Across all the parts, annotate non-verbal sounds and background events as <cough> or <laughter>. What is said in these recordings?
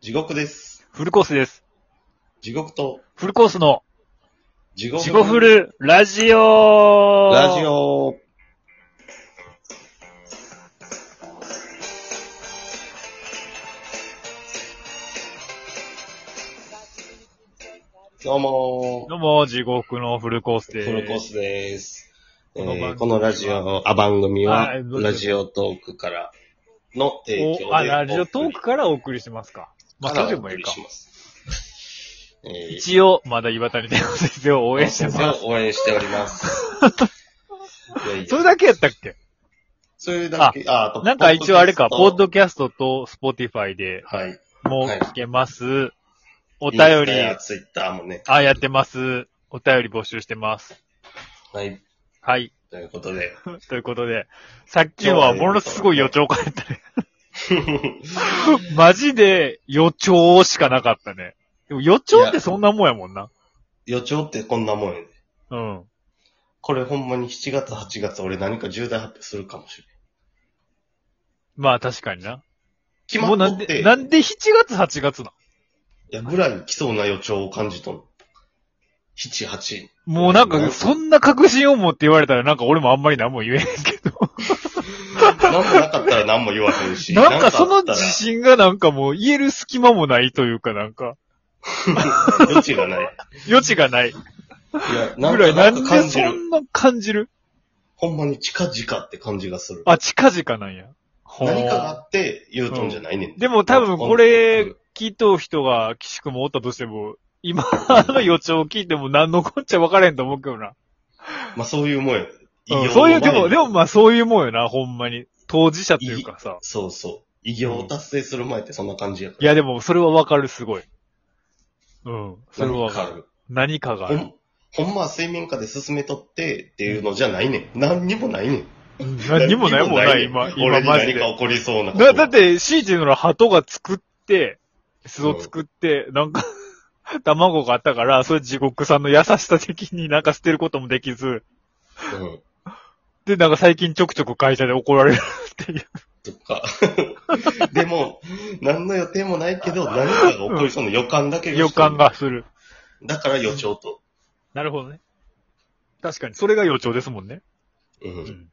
地獄です。フルコースです。地獄と、フルコースの、地獄ジゴフルラジオラジオ。どうもどうも、地獄のフルコースでー、す。フルコースです。えこの番組はーこのラジオ、あ、番組はあど、うぞラジオトークからの提供でおあ、ラジオトークからお送りしますか。まあ、からそれでもいいかお送。りします。えー一応、まだ岩谷天皇先生を応援してます。す。応援しており <laughs> ます。いやいやそれだけやったっけそれだけ、あ、あとなんか一応あれか、ポッドキドキャストとスポティファイでャストはい。もう聞けます。おお便り、ツイッターもね。あ、やってます。お便り募集してます。はい。はい。ということで。 <laughs> ということで、さっきのはものすごい予兆からやったね。マジで予兆しかなかったね。でも予兆ってそんなもんやもんな。予兆ってこんなもんやで。うん。これほんまに7月8月俺何か重大発表するかもしれん。まあ確かにな。決もうまなっんとっで、て、なんで7月8月なんいやぐらい来そうな予兆を感じとん。7、8。もうなんなか、んかそんな確信を持って言われたらなんか俺もあんまり何も言えへんけど。なんかなかったら何も言わへんし。なんかそあのったら自信がなんかもう言える隙間もないというかなんか、余地がない。余地がない。いや、なぐんらかいななんんかで感そじる。んな感じるほんまに近々って感じがする。あ、近々なんや。ほう何かがあって言うとんじゃないねん。でも多分これ、聞いとう人が岸くもおったとしても、今の予兆を聞いても何のこっちゃ分からへんと思うけどな。まあそういうもんや。うんそういう、でも、でもあ。まあそういうもんよな、ほんまに。当事者というかさ。そうそう。異業を達成する前ってそんな感じやかいやでもそれは分かる、すごい。うん。そら。れ何は分かかある。る。何かがあほる。ん、ほんまは水面下で進めとってっていうのじゃないねん。何にもないねん。うん何にもないもんな、何にもね今。今俺にマジ何でか。起こりそうなことだだって、シーチの鳩が作って、巣を作って、なんか、 <laughs> 卵があったから、それ地獄さんの優しさ的になんか捨てることもできず、うん。で、なんか最近ちょくちょく会社で怒られるって <laughs> いう。とか。 <laughs> でも、何の予定もないけど、何かが起こりそうな予感だけがしてる予感。がする。だから予兆と。なるほどね。確かに、それが予兆ですもんね。うん。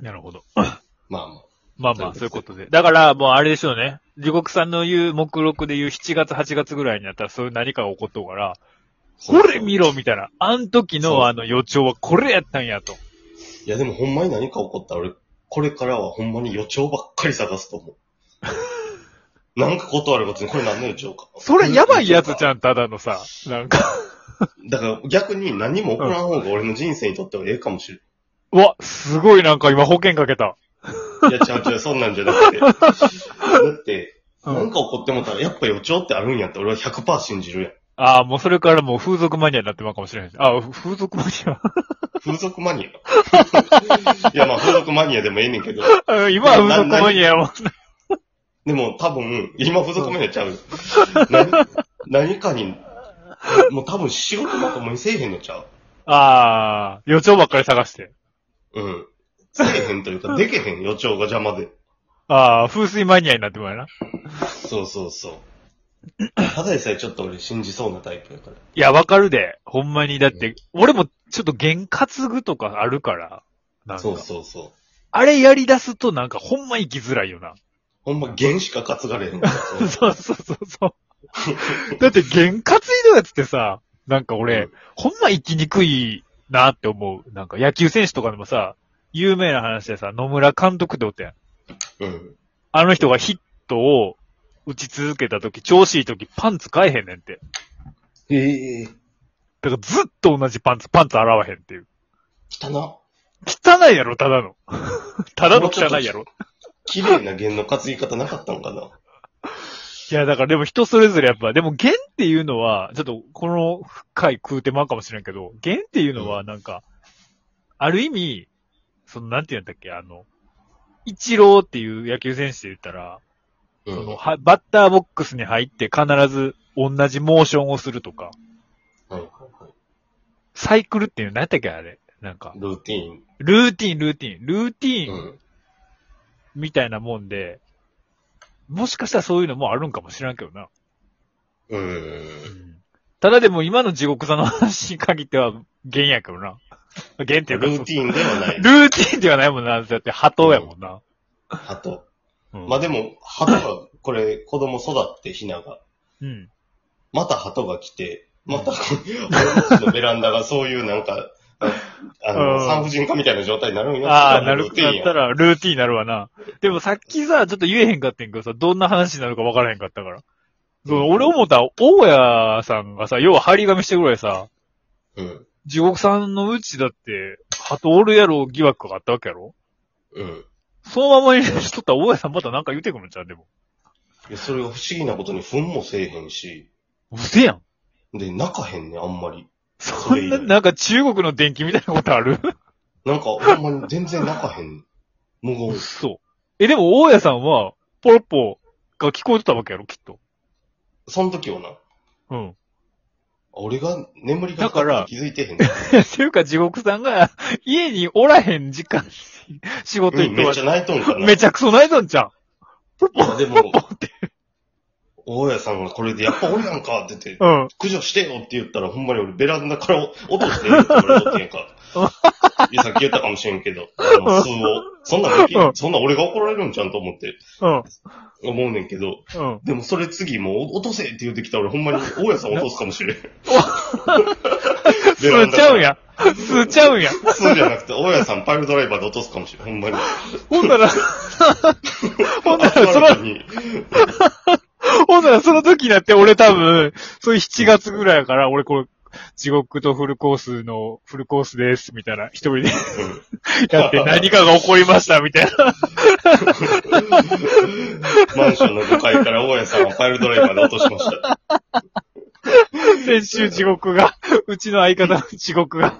なるほど。まあまあ。まあまあ、そそうういいううこことで。だから、もうあれでしょうね。地獄さんの言う、目録で言う7月、8月ぐらいになったら、そういう何かが起こっとうから、これ見ろみたいな。あん時そうのあの予兆はこれやったんやと。いやでもほんまに何か起こったら俺、これからはほんまに予兆ばっかり探すと思う。 <laughs> なんかことあることに、これ何の予兆か。それやばいやつじゃゃん、ただのさ。なんか、ん。だから逆に何も起こらん方が俺の人生にとってはええかもしれうわ、すごいなんか今保険かけた。ん。いや、ちゃうちゃう、そんなんじゃなくて。 <laughs> だって、うなんん。か起こってもたら、やっぱ予兆ってあるんやって俺は100%信じるやん。ああ、もうそれからもう風俗マニアになってまうかもしれない。ああ、風俗マニア。風俗マニア。 <laughs> いや、まあ風俗マニアでもええねんけど。うん今は風俗マニアは、でも多分、今不足目ちゃ <laughs> う。何何かに、もう多分仕事なんかもうせえへんのちゃああ、予兆ばっかり探して。う。うん。せえへんというか、でけへん予兆が邪魔で。ああ、風水マニアになってもらえな。そうそうそう。ただでさえちょっと俺信じそうなタイプやから。いや、わかるで。ほんまに。だって、俺もちょっと験担ぐとかあるから。なんかそうそうそう。あれやり出すとなんかほんま生きづらいよな。ほんま、弦しか担がれ <laughs> へんから。そうそうそうそうそう。だって験担いのやつってさ、なんか俺、うんほんま生きにくいなって思う。なんか野球選手とかでもさ、有名な話でさ、野村監督っておったやん。うん。あの人がヒットを打ち続けた時、調子いい時、パンツ買えへんねんって。ええだからずっと同じパンツ、パンツ洗わへんっていう。汚汚いやろ、ただの。ただの汚いやろ。綺麗な弦の担ぎ方なかったのかないや、だからでも人それぞれやっぱ、でも弦っていうのは、ちょっとこの深い空うてまうかもしれんけど、弦っていうのはなんか、ある意味、その、なんて言うんだっけ、あの、イチローっていう野球選手で言ったら、うそのん。はバッターボックスに入って必ず同じモーションをするとか、サイクルっていう、何やったっけ、あれ。なんか、ルーティーン。ルーティン、ルーティン、ルーティうンん。みたいなもんで、もしかしたらそういうのもあるんかもしらんけどな。うーん。ただでも今の地獄さんの話に限っては、弦やけどな。弦っていルうかーティンではない。ルーティンではないもんな。だって、波頭やもんな。鳩。うん。まあでも、鳩が、これ、子供育って、ひなが。うん。また鳩が来て、また、俺たちのベランダがそういうなんか、ああうんの、産婦人科みたいな状態になるんやああ、なる、ルーティンなっやたら、ルーティンになるわな。でもさっきさ、ちょっと言えへんかったんやけどさ、どんな話になるか分からへんかったから。そうのん俺思った、大家さんがさ、要は張り紙してくらいさ、うん。地獄さんのうちだって、鳩おるやろ疑惑があったわけやろうん。そのままにしとったら大家さんまたなんか言うてくるんちゃうでも。いやそれが不思議なことに糞もせえへんし、うせやん。で、泣かへんね、あんまり。そんな、それ以外なんか中国の電気みたいなことあるなんか、ほんまに全然泣かへ <laughs> ん。無言。嘘。え、でも大家さんは、ポロッポが聞こえてたわけやろきっと。その時はな、 <laughs> うん。俺が眠りがだからかって気づいてへん。っていうか地獄さんが、家におらへん時間、仕事うん行ってめまっちゃ泣いとんかな。めちゃくそないぞんちゃん。いやでも、大家さんがこれでやっぱ俺なんかって言って、うん。駆除してよって言ったら、ほんまに俺ベランダから <laughs> 落としてって言われとってんやんか。いやさっき言ったかもしれんけど、あの、数を。そんなんできうんそんなん俺が怒られるんちゃんと思って、うん。思うねんけど、 <laughs> うん。でもそれ次もう落とせって言ってきたら俺ほんまに大家さん落とすかも <laughs> しれん。ベランダから吸っちゃうんや。吸っちゃうんや。そうじゃなくて、大家さんパイルドライバーで落とすかもしれん。ほんまに。ほん <laughs> なら、ほんなら、集そまるの、時に <laughs> ほんならその時になって俺多分、そういう7月ぐらいやから、俺これ、地獄とフルコースの、フルコースです、みたいな、一人で <laughs> やって何かが起こりました、みたいな。マンションの5階から大家さんはパイルドライバーで落としました。先週地獄が、うちの相方の地獄が、フ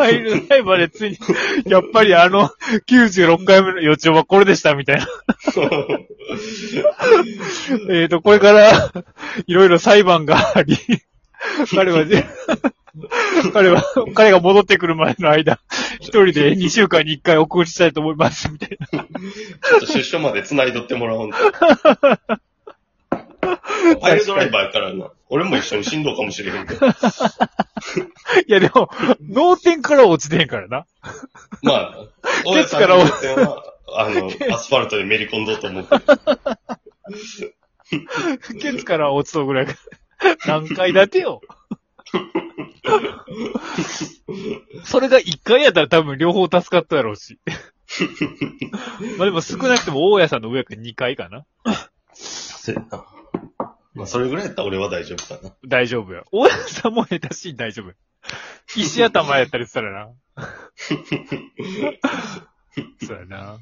ァイルライバーでついに、やっぱりあの、96回目の予兆はこれでした、みたいな。えっと、これから、 <laughs> いろいろ裁判があり、彼は、 <laughs> 彼は、彼が戻ってくるまでの間、一人で2週間に1回お送りしたいと思います、みたいな。ちょっと出所まで繋いどっても <laughs> らおうパイルドライバーやからな。俺も一緒に振動かもしれへん <laughs> けど。いや、でも、脳天から落ちてへんからな。まあ、大家さんの運転は、あの、アスファルトでめり込んどうと思うけど。ケツから落ちそうぐらいから。何回だてよ。それが一回やったら多分両方助かったやろうし。まあでも少なくとも大家さんの上から2回かな。そうやなまあ、それぐらいやったら俺は大丈夫かな。大丈夫や。大家さんも下手しい大丈夫や。石頭やったりしたらな。 <laughs> そうやな。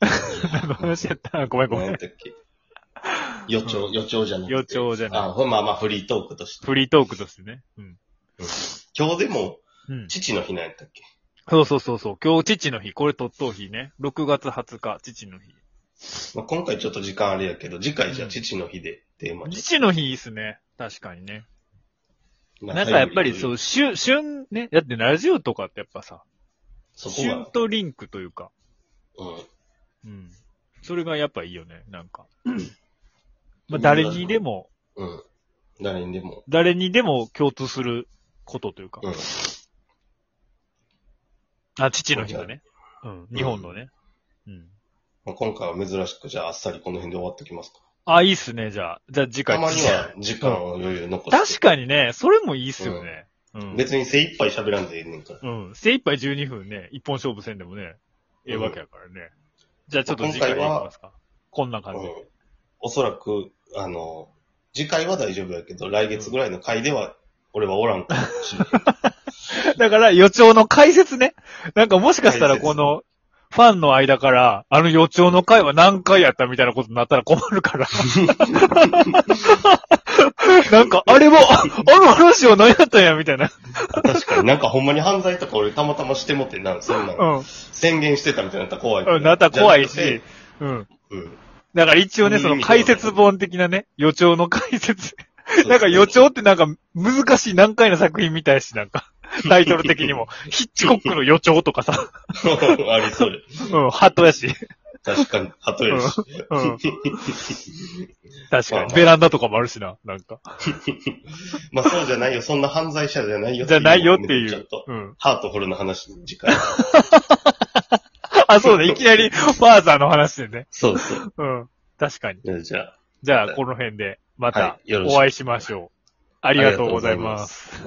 何の話やったごめんご何めやっん。たっけ予兆、予兆じゃなくて。予兆じゃない。あ、ほんまあまあフリートークとして。フリートークとしてね。うん。今日でも、うん。父の日なんやったっけそうそうそうそう。今日父の日。これとっとう日ね。6月20日、父の日。まあ、今回ちょっと時間あれやけど、次回じゃあ父の日でテーマに。父の日いいっすね。確かにね。まあ。なんかやっぱりそうう、旬、旬ね。だってラジオとかってやっぱさ、そこ旬が、とリンクというか、うん。うん。それがやっぱいいよね、なんか。まあ誰にでも、うん。誰にでも。誰にでも共通することというかう。ん。あ、父の日がね。うん。日本のね。うん。まあ、今回は珍しく、じゃああっさりこの辺で終わってきますか。あ、いいっすね、じゃあ。じゃあ次た回。まには時間を余裕残して。確かにね、それもいいっすよね。うん。別に精一杯喋らんでええねんから。うん。精一杯12分ね、一本勝負戦でもね、ええわけやからね。じゃあちょっと次回いきますか。こんな感うじで。ん。おそらく、あの、次回は大丈夫やけど、来月ぐらいの回では、俺はおらんかもしれ <laughs> ん。だから予兆の解説ね。なんかもしかしたらこの、ファンの間から、あの予兆の回は何回やったみたいなことになったら困る <laughs> から。なんか、あれは、ああの話は何やったんや、みたいな。確かになんかほんまに犯罪とか俺たまたましてもってな、そんなうん宣言してたみたいになったら怖いかん。ら。うん、なったら怖いじゃなく。、してうん。うん。だから一応ね、その解説本的なね、予兆の解説。 <laughs> なんか予兆ってなんか難しい難解な作品みたいし、なんか、タイトル <laughs> 的にも。ヒッチコックの予兆とかさ、ありそうで。うん、ハットやし。確かに、後やし。うん。確まかあまに。あベランダとかもあるしな、なんか。まあそうじゃないよ。そんな犯罪者じゃないよ。じゃないよっていちょっうと。、うん。ハートフルな話、次回。あ、そう <laughs> だ、いきなり、ファーザーの話でね。そうそう。うん。確かに。じゃあ、じゃあ、この辺で、またはいよ、ろしくお会いしましょう。ありがとうございます。